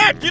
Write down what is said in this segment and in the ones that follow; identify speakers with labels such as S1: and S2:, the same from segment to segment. S1: é que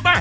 S1: da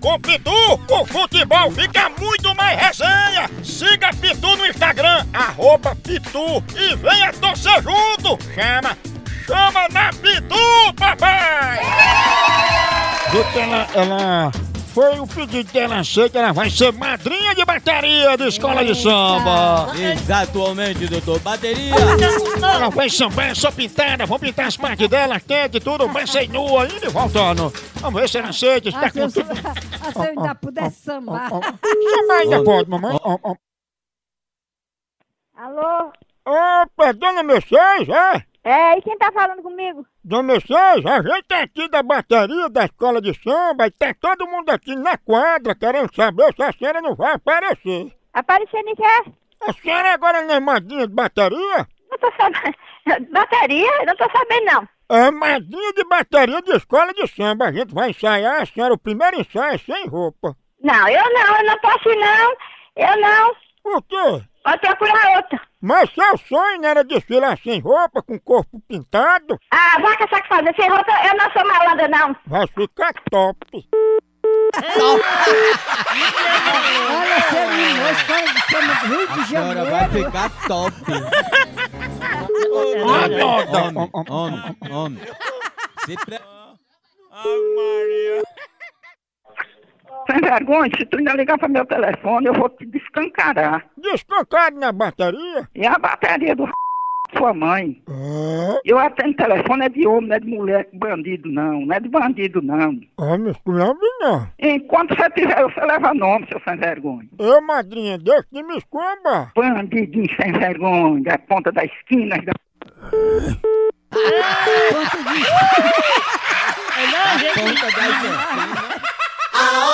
S1: Com Pitu, o futebol fica muito mais resenha. Siga Pitu no Instagram, arroba Pitu e venha torcer junto. Chama, chama na Pitu, papai! Ela, ela foi o pedido dela, sei que ela vai ser madrinha de bateria da escola de samba.
S2: Exatamente, doutor. Bateria.
S1: Ela vai sambar, só pintada, vão pintar as partes dela, quente, tudo, vai ser nua, indo e voltando. Vamos ver se ela aceita,
S3: Ah,
S1: está
S3: se
S1: com
S3: eu,
S1: tudo.
S3: ah, se eu ainda pudesse sambar.
S1: Chama ainda pode, mamãe. Ó, ó.
S4: Alô?
S1: Opa, dona Mercedes, é?
S4: É, e quem tá falando comigo?
S1: Dona Mercedes, a gente é aqui da bateria da escola de samba e tá todo mundo aqui na quadra querendo saber se a senhora não vai aparecer.
S4: Aparecendo em quê?
S1: A senhora agora não é madrinha de bateria?
S4: é? Não tô sabendo. Bateria? Não tô sabendo, não.
S1: É madrinha de bateria de escola de samba. A gente vai ensaiar, a senhora, o primeiro ensaio é sem roupa.
S4: Não, eu não, eu não posso ir, não. Eu não.
S1: Por quê?
S4: Vou procurar outra.
S1: Mas seu sonho não era desfilar sem roupa, com o corpo pintado?
S4: Ah, vai caçar que fazer. Sem roupa, eu não sou malandra, não.
S1: Vai ficar top.
S3: Olha, se ele não é escola de samba do Rio de
S2: Agora vai
S3: Janeiro.
S2: ficar top. Homem, homem, homem. Se pre...
S5: Vergonha, se tu ainda ligar para meu telefone, eu vou te descancarar.
S1: Descancado na bateria?
S5: E a bateria do sua mãe.
S1: É.
S5: Eu atendo telefone, é de homem, não é de mulher, bandido não, não é de bandido não.
S1: Ah, me esculhambe não.
S5: Enquanto você tiver, você leva nome, seu sem vergonha.
S1: Eu, madrinha, deixa de me escomba.
S5: Bandidinho sem vergonha, da ponta da esquina, da
S6: A